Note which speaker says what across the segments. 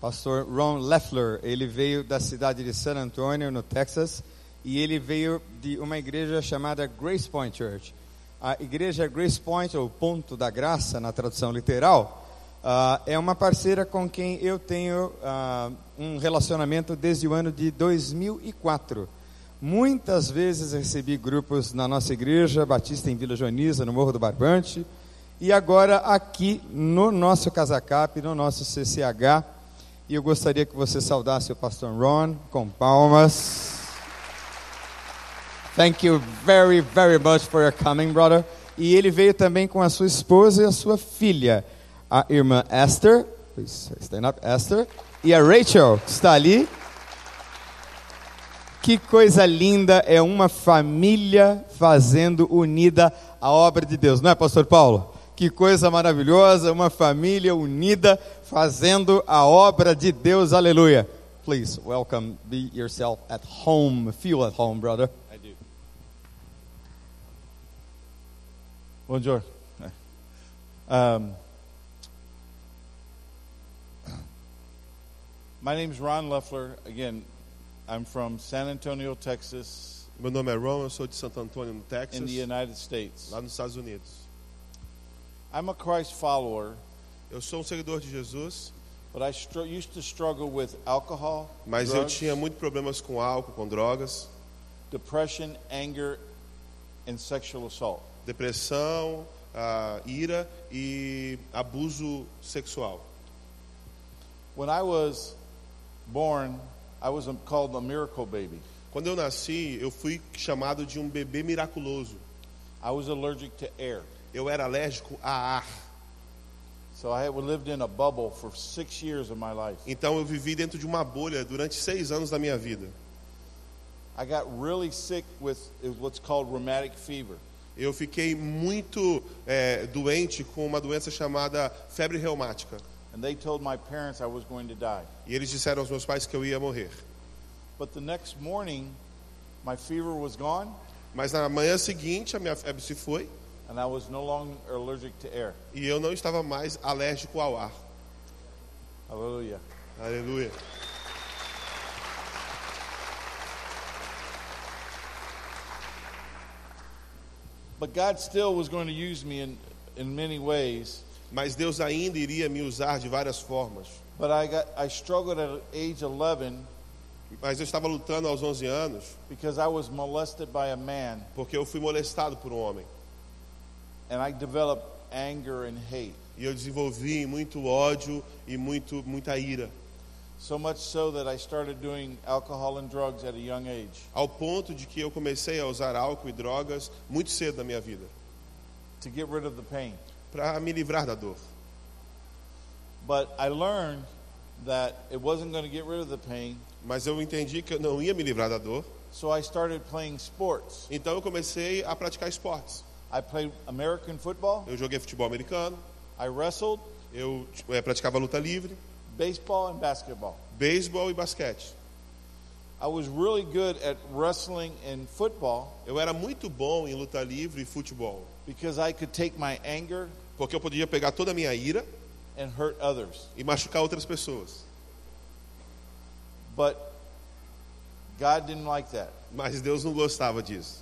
Speaker 1: pastor Ron Leffler. Ele veio da cidade de San Antonio, no Texas, e ele veio de uma igreja chamada Grace Point Church. A igreja Grace Point, ou Ponto da Graça, na tradução literal, ah, é uma parceira com quem eu tenho ah, um relacionamento desde o ano de 2004. Muitas vezes recebi grupos na nossa igreja, Batista em Vila Joaniza, no Morro do Barbante, e agora aqui no nosso Casacap, no nosso CCH. E eu gostaria que você saudasse o pastor Ron com palmas. Thank you very, very much for your coming, brother. E ele veio também com a sua esposa e a sua filha, a irmã Esther, please stand up, Esther, e a Rachel, que está ali. Que coisa linda é uma família fazendo unida a obra de Deus, não é, Pastor Paulo? Que coisa maravilhosa, uma família unida fazendo a obra de Deus, aleluia. Please welcome, be yourself at home, feel at home, brother.
Speaker 2: I do.
Speaker 3: Bonjour. Um, my name's Ron Leffler. Again, I'm from San Antonio, Texas,
Speaker 2: Meu nome é Ron, eu sou de Santo Antônio, no Texas,
Speaker 3: in the United States.
Speaker 2: lá nos Estados Unidos.
Speaker 3: I'm a Christ follower,
Speaker 2: Eu sou um seguidor de Jesus,
Speaker 3: but I str- used to struggle with alcohol,
Speaker 2: mas eu
Speaker 3: drugs,
Speaker 2: tinha muito problemas com álcool, com drogas,
Speaker 3: depression, anger, and sexual assault.
Speaker 2: depressão, ah, ira e abuso sexual.
Speaker 3: When I was born, I was um, called a miracle baby.
Speaker 2: Quando eu nasci, eu fui chamado de um bebê miraculoso.
Speaker 3: I was allergic to air,
Speaker 2: Eu era alérgico a ar.
Speaker 3: so I had lived in a bubble for six years of my life.
Speaker 2: Então eu vivi dentro de uma bolha durante seis anos da minha vida.
Speaker 3: I got really sick with is what's called rheumatic fever.
Speaker 2: Eu fiquei muito eh, doente com uma doença chamada febre reumática.
Speaker 3: And they told my parents I was going to die.
Speaker 2: E eles disseram aos meus pais que eu ia morrer.
Speaker 3: But the next morning, my fever was gone,
Speaker 2: Mas na manhã seguinte a minha febre se foi
Speaker 3: and I was no longer allergic to air.
Speaker 2: e eu não estava mais alérgico ao ar.
Speaker 3: Hallelujah.
Speaker 2: Aleluia.
Speaker 3: But God still was going to use me in, in many ways.
Speaker 2: Mas Deus ainda iria me usar de várias formas.
Speaker 3: But I, got, I struggled at age 11
Speaker 2: Mas eu estava lutando aos 11 anos
Speaker 3: because I was molested by a man,
Speaker 2: porque eu fui molestado por um homem.
Speaker 3: and I developed anger and hate.
Speaker 2: E eu desenvolvi muito ódio e muito, muita ira.
Speaker 3: So much so that I started doing alcohol and drugs at a young age.
Speaker 2: Ao ponto de que eu comecei a usar álcool e drogas muito cedo na minha vida.
Speaker 3: to get rid of the pain.
Speaker 2: Para me livrar da dor.
Speaker 3: But I learned that it wasn't going to get rid of the pain,
Speaker 2: Mas eu entendi que eu não ia me livrar da dor.
Speaker 3: so I started playing sports.
Speaker 2: Então eu comecei a praticar esportes.
Speaker 3: I played American football,
Speaker 2: Eu joguei futebol americano.
Speaker 3: I wrestled,
Speaker 2: Eu eh, praticava luta livre,
Speaker 3: baseball, and basketball.
Speaker 2: beisebol e basquete.
Speaker 3: I was really good at wrestling and football
Speaker 2: Eu era muito bom em luta livre e futebol,
Speaker 3: because I could take my anger
Speaker 2: porque eu podia pegar toda a minha ira
Speaker 3: and hurt others.
Speaker 2: e machucar outras pessoas.
Speaker 3: But God didn't like that.
Speaker 2: Mas Deus não gostava disso.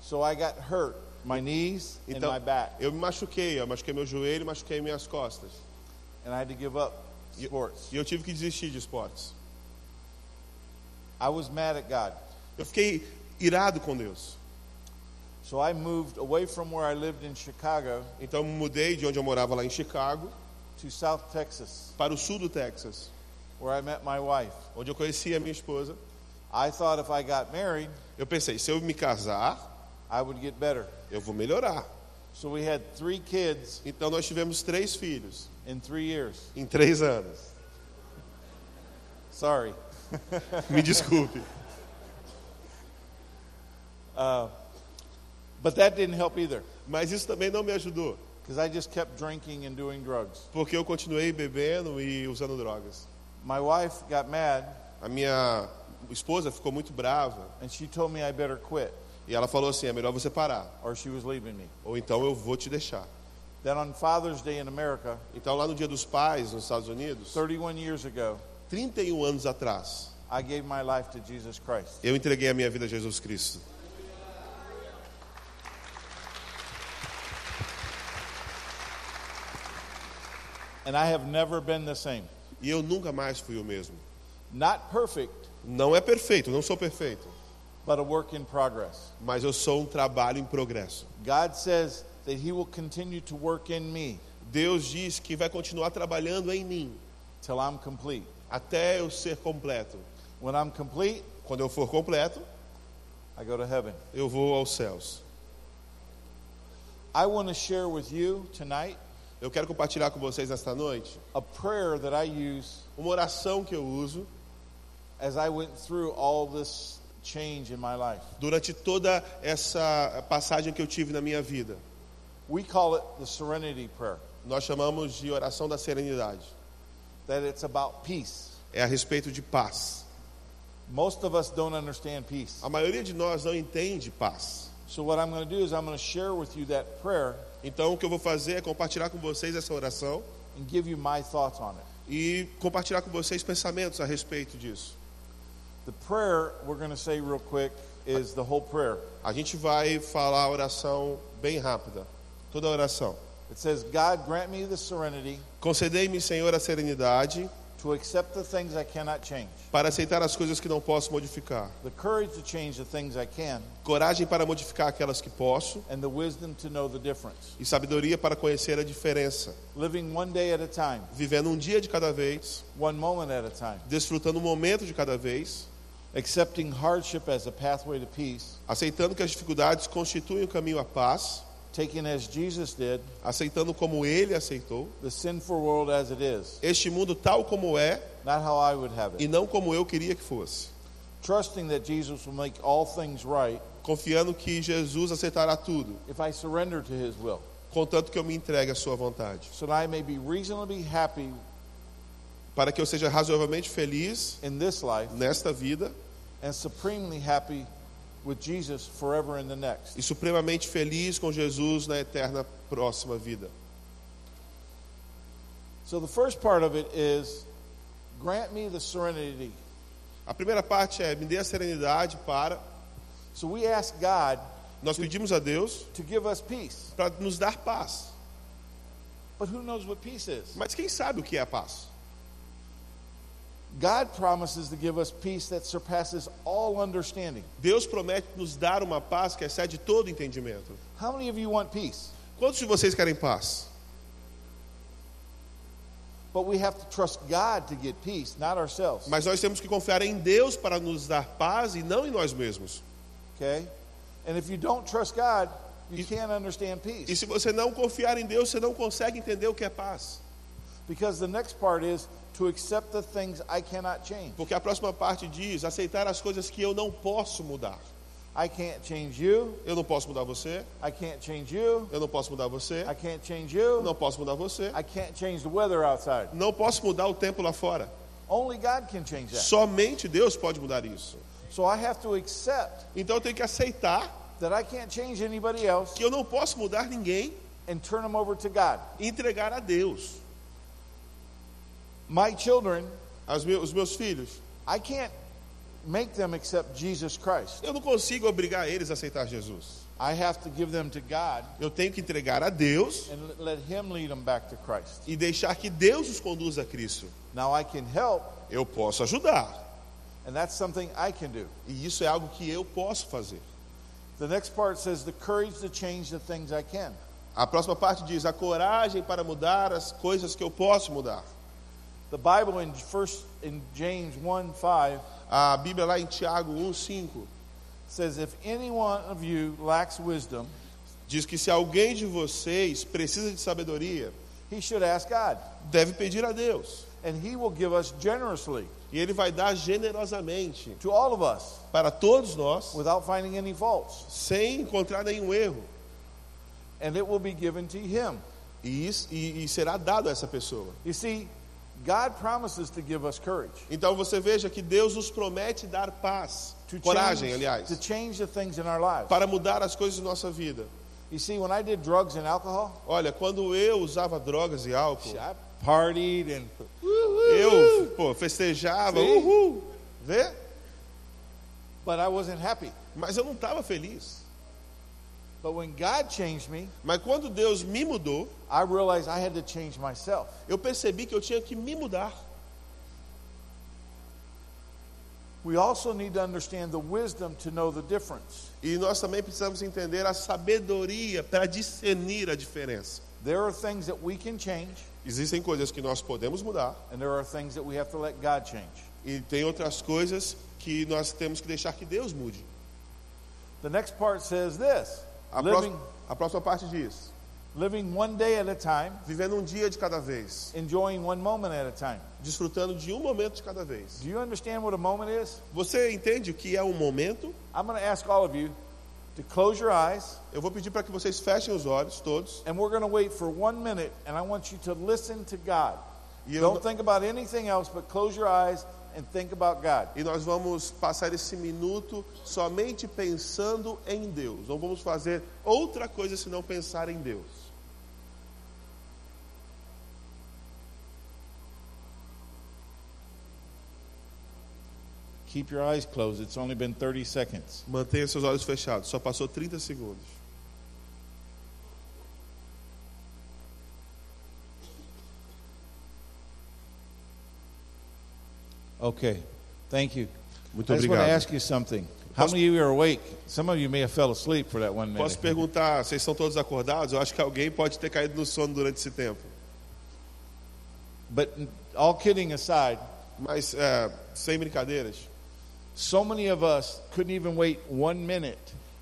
Speaker 3: So I got hurt my knees and
Speaker 2: Então
Speaker 3: my back,
Speaker 2: eu me machuquei, eu machuquei meu joelho, machuquei minhas costas.
Speaker 3: and I had to give up sports.
Speaker 2: E eu tive que desistir de esportes.
Speaker 3: I was mad at God.
Speaker 2: Eu fiquei irado com Deus.
Speaker 3: So I moved away from where I lived in Chicago
Speaker 2: Então eu me mudei de onde eu morava lá em Chicago
Speaker 3: to South Texas,
Speaker 2: para o sul do Texas,
Speaker 3: where I met my wife.
Speaker 2: onde eu conheci a minha esposa.
Speaker 3: I thought if I got married,
Speaker 2: Eu pensei, se eu me casar,
Speaker 3: I would get better.
Speaker 2: eu vou melhorar.
Speaker 3: So we had three kids
Speaker 2: Então nós tivemos três filhos
Speaker 3: in three years.
Speaker 2: em três anos.
Speaker 3: Sorry.
Speaker 2: Me desculpe.
Speaker 3: But that didn't help either,
Speaker 2: Mas isso também não me ajudou,
Speaker 3: because I just kept drinking and doing drugs.
Speaker 2: porque eu continuei bebendo e usando drogas.
Speaker 3: My wife got mad,
Speaker 2: A minha esposa ficou muito brava
Speaker 3: and she told me I better quit,
Speaker 2: e ela falou assim: é melhor você parar,
Speaker 3: or she was leaving me.
Speaker 2: ou então eu vou te deixar.
Speaker 3: Then on Father's Day in America,
Speaker 2: Então, lá no Dia dos Pais, nos Estados Unidos,
Speaker 3: 31 years ago,
Speaker 2: 31 anos atrás,
Speaker 3: I gave my life to Jesus Christ.
Speaker 2: eu entreguei a minha vida a Jesus Cristo.
Speaker 3: And I have never been the same.
Speaker 2: E eu nunca mais fui o mesmo.
Speaker 3: Not perfect,
Speaker 2: Não é perfeito, não sou perfeito,
Speaker 3: but a work in progress.
Speaker 2: mas eu sou um trabalho em progresso.
Speaker 3: God says that He will continue to work in me
Speaker 2: Deus diz que vai continuar trabalhando em mim
Speaker 3: till I'm complete.
Speaker 2: até eu ser completo.
Speaker 3: When I'm complete,
Speaker 2: Quando eu for completo,
Speaker 3: I go to heaven.
Speaker 2: eu vou aos céus.
Speaker 3: I want to share with you tonight
Speaker 2: Eu quero compartilhar com vocês nesta noite
Speaker 3: a prayer that I use
Speaker 2: uma oração que eu uso
Speaker 3: as I went through all this change in my life.
Speaker 2: durante toda essa passagem que eu tive na minha vida.
Speaker 3: We call it the serenity prayer,
Speaker 2: Nós chamamos de oração da serenidade.
Speaker 3: that it's about peace.
Speaker 2: É a respeito de paz.
Speaker 3: Most of us don't understand peace.
Speaker 2: A maioria de nós não entende paz.
Speaker 3: So, what I'm going to do is I'm going to share with you that prayer
Speaker 2: Então, o que eu vou fazer é compartilhar com vocês essa oração
Speaker 3: and give you my thoughts on it.
Speaker 2: e compartilhar com vocês pensamentos a respeito disso.
Speaker 3: The prayer we're going to say real quick is the whole prayer.
Speaker 2: A gente vai falar a oração bem rápida. Toda a oração.
Speaker 3: It says, God grant me the serenity
Speaker 2: Concedei-me, Senhor, a serenidade
Speaker 3: to accept the things I cannot change,
Speaker 2: para aceitar as coisas que não posso modificar,
Speaker 3: the courage to change the things I can,
Speaker 2: coragem para modificar aquelas que posso
Speaker 3: and the wisdom to know the difference.
Speaker 2: e sabedoria para conhecer a diferença,
Speaker 3: Living one day at a time,
Speaker 2: vivendo um dia de cada vez,
Speaker 3: one moment at a time,
Speaker 2: desfrutando um momento de cada vez,
Speaker 3: accepting hardship as a pathway to peace,
Speaker 2: aceitando que as dificuldades constituem o caminho à paz,
Speaker 3: taking as Jesus did
Speaker 2: aceitando como ele aceitou,
Speaker 3: the sinful world as it is,
Speaker 2: este mundo tal como é
Speaker 3: not how I would have
Speaker 2: e
Speaker 3: it.
Speaker 2: não como eu queria que fosse,
Speaker 3: Trusting that Jesus will make all things right
Speaker 2: confiando que Jesus aceitará tudo,
Speaker 3: if I surrender to his will,
Speaker 2: contanto que eu me entregue à sua vontade,
Speaker 3: so that I may be reasonably happy
Speaker 2: para que eu seja razoavelmente feliz
Speaker 3: in this life
Speaker 2: nesta vida
Speaker 3: and supremely happy with Jesus forever in the next.
Speaker 2: e supremamente feliz com Jesus na eterna próxima vida.
Speaker 3: So the first part of it is grant me the serenity.
Speaker 2: A primeira parte é me dê a serenidade para
Speaker 3: So we ask God
Speaker 2: nós pedimos a Deus
Speaker 3: to give us peace.
Speaker 2: para nos dar paz.
Speaker 3: But who knows what peace is?
Speaker 2: Mas quem sabe o que é a paz?
Speaker 3: God promises to give us peace that surpasses all understanding.
Speaker 2: Deus promete nos dar uma paz que excede todo entendimento.
Speaker 3: How many of you want peace?
Speaker 2: Quantos de vocês querem paz?
Speaker 3: But we have to trust God to get peace, not ourselves.
Speaker 2: Mas nós temos que confiar em Deus para nos dar paz e não em nós mesmos.
Speaker 3: Okay? And if you don't trust God, you
Speaker 2: Is-
Speaker 3: can't understand
Speaker 2: E
Speaker 3: peace.
Speaker 2: se você não confiar em Deus, você não consegue entender o que é paz.
Speaker 3: Because the next part is to accept the things I cannot change.
Speaker 2: Porque a próxima parte diz aceitar as coisas que eu não posso mudar.
Speaker 3: I can't change you.
Speaker 2: Eu não posso mudar você,
Speaker 3: I can't change you.
Speaker 2: eu não posso mudar você,
Speaker 3: I can't change
Speaker 2: eu
Speaker 3: you.
Speaker 2: não posso mudar você,
Speaker 3: I can't change the weather outside.
Speaker 2: não posso mudar o tempo lá fora.
Speaker 3: Only God can change that.
Speaker 2: Somente Deus pode mudar isso.
Speaker 3: So I have to accept
Speaker 2: Então eu tenho que aceitar
Speaker 3: that I can't change anybody else
Speaker 2: que eu não posso mudar ninguém
Speaker 3: and turn them over to God.
Speaker 2: e entregar a Deus.
Speaker 3: My children,
Speaker 2: As me- os meus filhos,
Speaker 3: I can't make them accept Jesus Christ.
Speaker 2: eu não consigo obrigar eles a aceitar Jesus.
Speaker 3: I have to give them to God
Speaker 2: Eu tenho que entregar a Deus
Speaker 3: and l- let Him lead them back to Christ.
Speaker 2: e deixar que Deus os conduza a Cristo.
Speaker 3: Now I can help,
Speaker 2: Eu posso ajudar.
Speaker 3: and that's something I can do.
Speaker 2: E isso é algo que eu posso fazer.
Speaker 3: The next part says the courage to change the things I can.
Speaker 2: A próxima parte diz: a coragem para mudar as coisas que eu posso mudar.
Speaker 3: The Bible in first in James 1 5
Speaker 2: A Bíblia lá em Tiago 1:5
Speaker 3: says, If any one of you lacks wisdom,
Speaker 2: diz que se alguém de vocês precisa de sabedoria,
Speaker 3: he should ask God,
Speaker 2: deve pedir a Deus,
Speaker 3: and he will give us generously
Speaker 2: e ele vai dar generosamente
Speaker 3: to all of us
Speaker 2: para todos nós,
Speaker 3: without finding any faults,
Speaker 2: sem encontrar nenhum erro.
Speaker 3: and it will be given to him.
Speaker 2: E, isso- e- e será dado a essa pessoa.
Speaker 3: You see, God promises to give us courage
Speaker 2: Então você veja que Deus nos promete dar paz,
Speaker 3: to change,
Speaker 2: coragem,
Speaker 3: to
Speaker 2: aliás,
Speaker 3: change the things in our lives.
Speaker 2: para mudar as coisas de nossa vida.
Speaker 3: You see, when I did drugs and alcohol,
Speaker 2: Olha, quando eu usava drogas e álcool,
Speaker 3: I partied and
Speaker 2: Eu, pô, festejava,
Speaker 3: Sim.
Speaker 2: uhul, vê?
Speaker 3: But I wasn't happy.
Speaker 2: Mas eu não estava feliz.
Speaker 3: But when God changed me,
Speaker 2: Mas quando Deus me mudou,
Speaker 3: I realized I had to change myself.
Speaker 2: eu percebi que eu tinha que me mudar.
Speaker 3: We also need to understand the wisdom to know the difference.
Speaker 2: E nós também precisamos entender a sabedoria para discernir a diferença.
Speaker 3: There are things that we can change,
Speaker 2: Existem coisas que nós podemos mudar
Speaker 3: and there are things that we have to let God change.
Speaker 2: e tem outras coisas que nós temos que deixar que Deus mude.
Speaker 3: The next part says this
Speaker 2: A,
Speaker 3: living,
Speaker 2: próxima- a próxima parte diz:
Speaker 3: living one day at a time,
Speaker 2: vivendo um dia de cada vez,
Speaker 3: enjoying one moment at a time.
Speaker 2: desfrutando de um momento de cada vez.
Speaker 3: Do you understand what a moment is?
Speaker 2: Você entende o que é um momento?
Speaker 3: I'm going to ask all of you to close your eyes,
Speaker 2: Eu vou pedir para que vocês fechem os olhos todos
Speaker 3: and we're going to wait for one minute, and I want you to listen to God.
Speaker 2: e, eu-
Speaker 3: Don't think about anything else, but close your eyes and think about God.
Speaker 2: e nós vamos passar esse minuto somente pensando em Deus. Não vamos fazer outra coisa senão pensar em Deus.
Speaker 3: Keep your eyes closed. It's only been 30 seconds.
Speaker 2: Mantenha seus olhos fechados. Só passou 30 segundos.
Speaker 3: Okay. Thank you.
Speaker 2: Muito
Speaker 3: I just want to
Speaker 2: obrigado.
Speaker 3: ask you something. How
Speaker 2: Posso-
Speaker 3: many of you are awake? Some of you may have fell asleep for that one minute.
Speaker 2: Posso perguntar, vocês estão todos acordados? Eu acho que alguém pode ter caído no sono durante esse tempo.
Speaker 3: But all kidding aside,
Speaker 2: Mas, é, sem brincadeiras,
Speaker 3: so many of us couldn't even wait one minute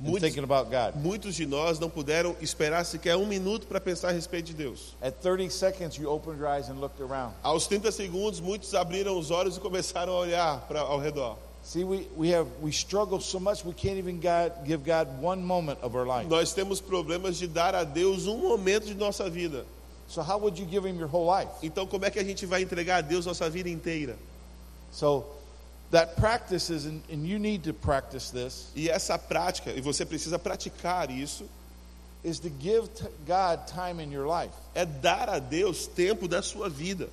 Speaker 3: in
Speaker 2: Muitos-
Speaker 3: thinking about God.
Speaker 2: muitos de nós não puderam esperar sequer um minuto para pensar a respeito de Deus.
Speaker 3: At 30 seconds, you opened your eyes and looked around.
Speaker 2: Aos 30 segundos, muitos abriram os olhos e começaram a olhar pra, ao redor.
Speaker 3: See, we, we have we struggle so much we can't even God, give God one moment of our life.
Speaker 2: Nós temos problemas de dar a Deus um momento de nossa vida.
Speaker 3: So how would you give Him your whole life?
Speaker 2: Então, como é que a gente vai entregar a Deus nossa vida inteira?
Speaker 3: So that practice is, and and you need to practice this,
Speaker 2: E essa prática, e você precisa praticar isso,
Speaker 3: is to give t- God time in your life
Speaker 2: é dar a Deus tempo da sua vida.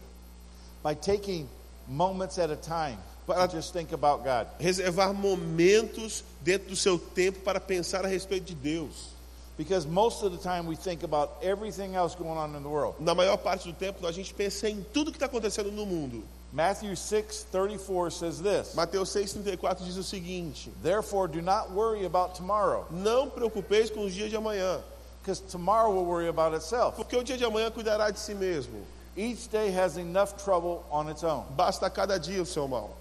Speaker 3: by taking moments at a time. But
Speaker 2: Para-
Speaker 3: just think about God.
Speaker 2: reservar momentos dentro do seu tempo para pensar a respeito de Deus.
Speaker 3: Because most of the time we think about everything else going on in the world.
Speaker 2: Na maior parte do tempo, a gente pensa em tudo que está acontecendo no mundo.
Speaker 3: Matthew 6 34 says this
Speaker 2: Mateus 6,34 diz o seguinte:
Speaker 3: Therefore, do not worry about tomorrow,
Speaker 2: Não preocupeis com os dias de amanhã,
Speaker 3: because tomorrow will worry about itself.
Speaker 2: porque o dia de amanhã cuidará de si mesmo.
Speaker 3: Each day has enough trouble on its own.
Speaker 2: Basta a cada dia o seu mal.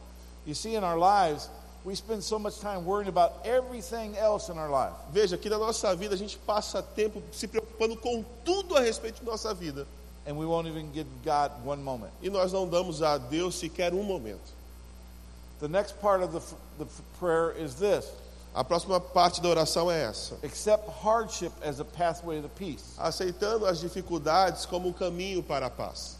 Speaker 3: You see, in our lives, we spend so much time worrying about everything else in our life.
Speaker 2: Veja que na nossa vida a gente passa tempo se preocupando com tudo a respeito de nossa vida
Speaker 3: and we won't even give God one moment.
Speaker 2: e nós não damos a Deus sequer um momento.
Speaker 3: The next part of the, the prayer is this
Speaker 2: A próxima parte da oração é essa:
Speaker 3: accept hardship as a pathway to peace.
Speaker 2: aceitando as dificuldades como um caminho para a paz.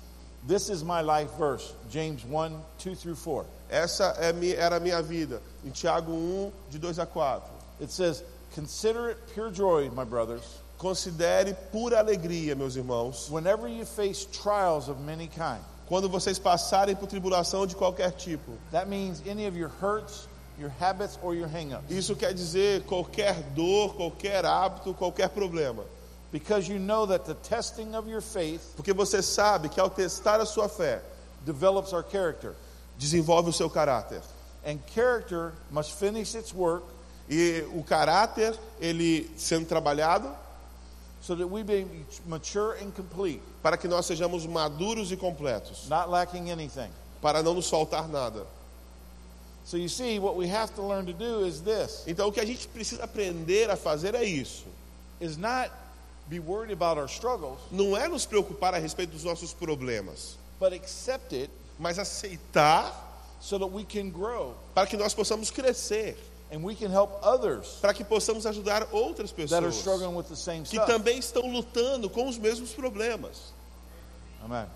Speaker 3: This is my life verse, James 1 2 through 4.
Speaker 2: Essa é mi- era a minha vida. Em Tiago 1, de 2 a 4.
Speaker 3: It says, Consider it pure joy, my brothers,
Speaker 2: Considere pura alegria, meus irmãos,
Speaker 3: whenever you face trials of many kind.
Speaker 2: quando vocês passarem por tribulação de qualquer tipo.
Speaker 3: That means any of your hurts, your habits, or your hangups.
Speaker 2: Isso quer dizer qualquer dor, qualquer hábito, qualquer problema.
Speaker 3: Because you know that the testing of your faith
Speaker 2: Porque você sabe que ao testar a sua fé,
Speaker 3: develops our character.
Speaker 2: desenvolve o seu caráter.
Speaker 3: And character must finish its work
Speaker 2: E o caráter, ele sendo trabalhado,
Speaker 3: so that we be mature and complete.
Speaker 2: para que nós sejamos maduros e completos,
Speaker 3: not lacking anything.
Speaker 2: para não nos faltar nada.
Speaker 3: So you see, what we have to learn to do is this:
Speaker 2: Então, o que a gente precisa aprender a fazer é isso.
Speaker 3: is not be worried about our struggles,
Speaker 2: não é nos preocupar a respeito dos nossos problemas,
Speaker 3: but accept it
Speaker 2: mas aceitar
Speaker 3: so that we can grow
Speaker 2: para que nós possamos crescer,
Speaker 3: and we can help others
Speaker 2: para que possamos ajudar outras
Speaker 3: that are
Speaker 2: pessoas
Speaker 3: struggling with the same
Speaker 2: que
Speaker 3: stuff.
Speaker 2: também estão lutando com os mesmos problemas.
Speaker 3: Amen.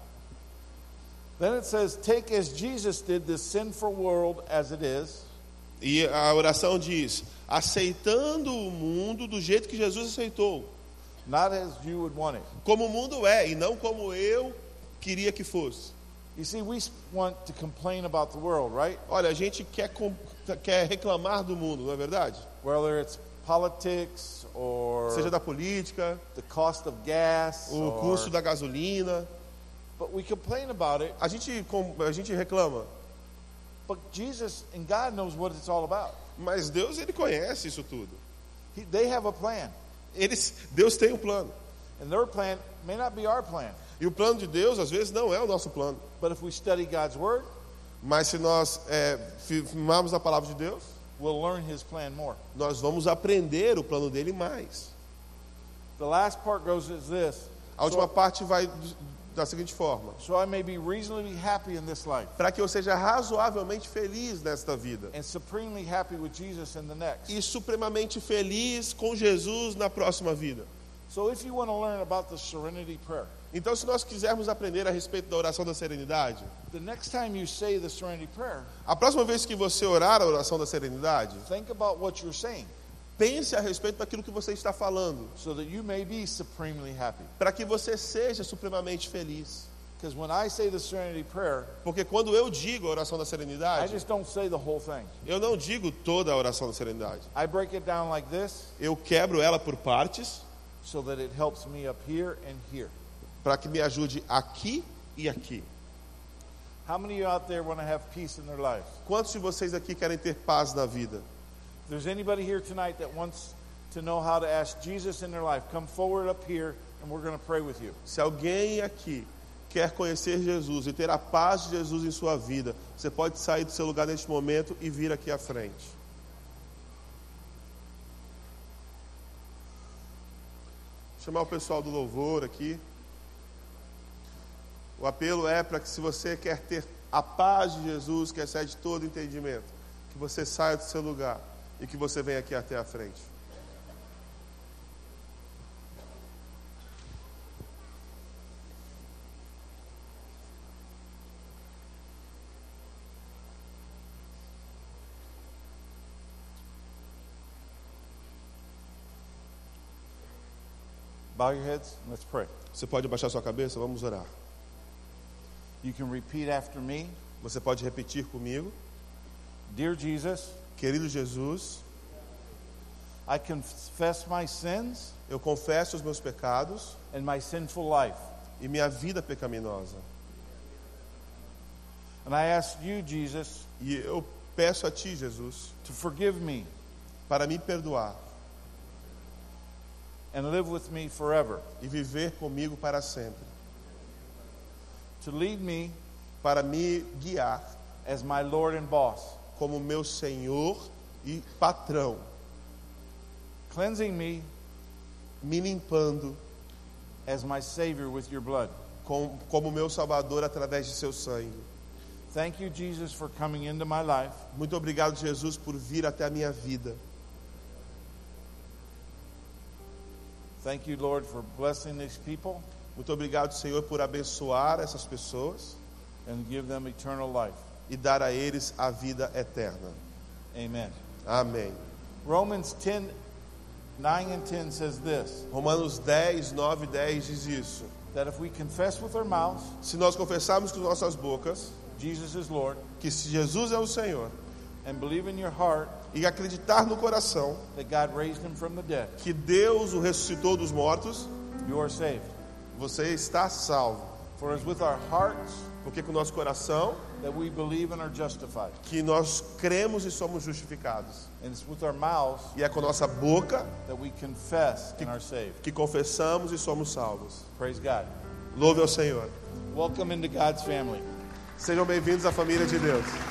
Speaker 3: Then it says, "Take as Jesus did this sinful world as it is,
Speaker 2: E a oração diz: aceitando o mundo do jeito que Jesus aceitou,
Speaker 3: not as you would want it,
Speaker 2: como o mundo é e não como eu queria que fosse,
Speaker 3: You see, we want to complain about the world, right?
Speaker 2: Olha, a gente quer, com- quer reclamar do mundo, não é verdade?
Speaker 3: Whether it's politics or
Speaker 2: Seja da política,
Speaker 3: the cost of gas,
Speaker 2: o
Speaker 3: or-
Speaker 2: custo da gasolina.
Speaker 3: but we complain about it.
Speaker 2: A gente, com- a gente reclama,
Speaker 3: But Jesus and God knows what it's all about.
Speaker 2: mas Deus ele conhece isso tudo.
Speaker 3: He, they have a plan,
Speaker 2: Eles, Deus tem um plano.
Speaker 3: and their plan may not be our plan.
Speaker 2: E o plano de Deus, às vezes, não é o nosso plano.
Speaker 3: But if we study God's word,
Speaker 2: Mas se nós é, fi- firmarmos a palavra de Deus,
Speaker 3: we'll learn His plan more.
Speaker 2: nós vamos aprender o plano dele mais.
Speaker 3: The last part goes as this:
Speaker 2: A última
Speaker 3: so,
Speaker 2: parte vai do- da seguinte forma:
Speaker 3: so I may be reasonably happy in this life,
Speaker 2: para que eu seja razoavelmente feliz nesta vida
Speaker 3: and supremely happy with Jesus in the next.
Speaker 2: e supremamente feliz com Jesus na próxima vida.
Speaker 3: So if you want to learn about the serenity prayer,
Speaker 2: Então, se nós quisermos aprender a respeito da oração da serenidade,
Speaker 3: the next time you say the serenity prayer,
Speaker 2: a próxima vez que você orar a oração da serenidade,
Speaker 3: think about what you're saying
Speaker 2: pense a respeito daquilo que você está falando,
Speaker 3: so that you may be supremely happy.
Speaker 2: para que você seja supremamente feliz.
Speaker 3: Because when I say the serenity prayer,
Speaker 2: Porque quando eu digo a oração da
Speaker 3: I
Speaker 2: serenidade,
Speaker 3: just don't say the whole thing.
Speaker 2: eu não digo toda a oração da serenidade.
Speaker 3: I break it down like this
Speaker 2: Eu quebro ela por partes
Speaker 3: so that it helps me up here and here.
Speaker 2: para que me ajude aqui e aqui.
Speaker 3: How many of you out there want to have peace in their life?
Speaker 2: Quantos de vocês aqui querem ter paz na vida?
Speaker 3: If there's anybody here tonight that wants to know how to ask Jesus in their life, come forward up here and we're going to pray with you.
Speaker 2: Se alguém aqui quer conhecer Jesus e ter a paz de Jesus em sua vida, você pode sair do seu lugar neste momento e vir aqui à frente. Chamar o pessoal do louvor aqui. O apelo é para que se você quer ter a paz de Jesus, que excede todo entendimento, que você saia do seu lugar e que você venha aqui até a frente.
Speaker 3: Bow your heads, and let's pray.
Speaker 2: Você pode abaixar sua cabeça, vamos orar.
Speaker 3: You can repeat after me
Speaker 2: Você pode repetir comigo?
Speaker 3: Dear Jesus,
Speaker 2: Querido Jesus,
Speaker 3: I confess my sins
Speaker 2: eu confesso os meus pecados
Speaker 3: and my sinful life.
Speaker 2: e minha vida pecaminosa.
Speaker 3: And I ask you, Jesus,
Speaker 2: E eu peço a Ti, Jesus,
Speaker 3: to forgive me
Speaker 2: para me perdoar
Speaker 3: and live with me forever,
Speaker 2: e viver comigo para sempre,
Speaker 3: to lead me
Speaker 2: para me guiar
Speaker 3: as my Lord and boss,
Speaker 2: como meu Senhor e patrão,
Speaker 3: cleansing me
Speaker 2: me limpando
Speaker 3: as my Savior with your blood.
Speaker 2: com, como meu Salvador através de Seu sangue.
Speaker 3: Thank you, Jesus, for coming into my life.
Speaker 2: Muito obrigado, Jesus, por vir até a minha vida.
Speaker 3: Thank you, Lord, for blessing these people
Speaker 2: Muito obrigado, Senhor, por abençoar essas pessoas
Speaker 3: and give them eternal life.
Speaker 2: e dar a eles a vida eterna.
Speaker 3: Amen.
Speaker 2: Amém.
Speaker 3: Romans 10, 9 and 10 says this
Speaker 2: Romanos 10, 9 e 10 diz isso.
Speaker 3: that if we confess with our mouths
Speaker 2: Se nós confessarmos com nossas bocas
Speaker 3: Jesus is Lord
Speaker 2: que se Jesus é o Senhor
Speaker 3: and believe in your heart
Speaker 2: e acreditar no coração
Speaker 3: that God raised him from the dead,
Speaker 2: que Deus o ressuscitou dos mortos,
Speaker 3: you are saved.
Speaker 2: você está salvo.
Speaker 3: For it's with our hearts
Speaker 2: Porque é com o nosso coração
Speaker 3: that we believe and are justified,
Speaker 2: que nós cremos e somos justificados.
Speaker 3: and it's with our mouths
Speaker 2: E é com nossa boca
Speaker 3: that we confess and are saved.
Speaker 2: que confessamos e somos salvos.
Speaker 3: Praise God.
Speaker 2: Louve ao Senhor.
Speaker 3: Welcome into God's family.
Speaker 2: Sejam bem-vindos à família de Deus.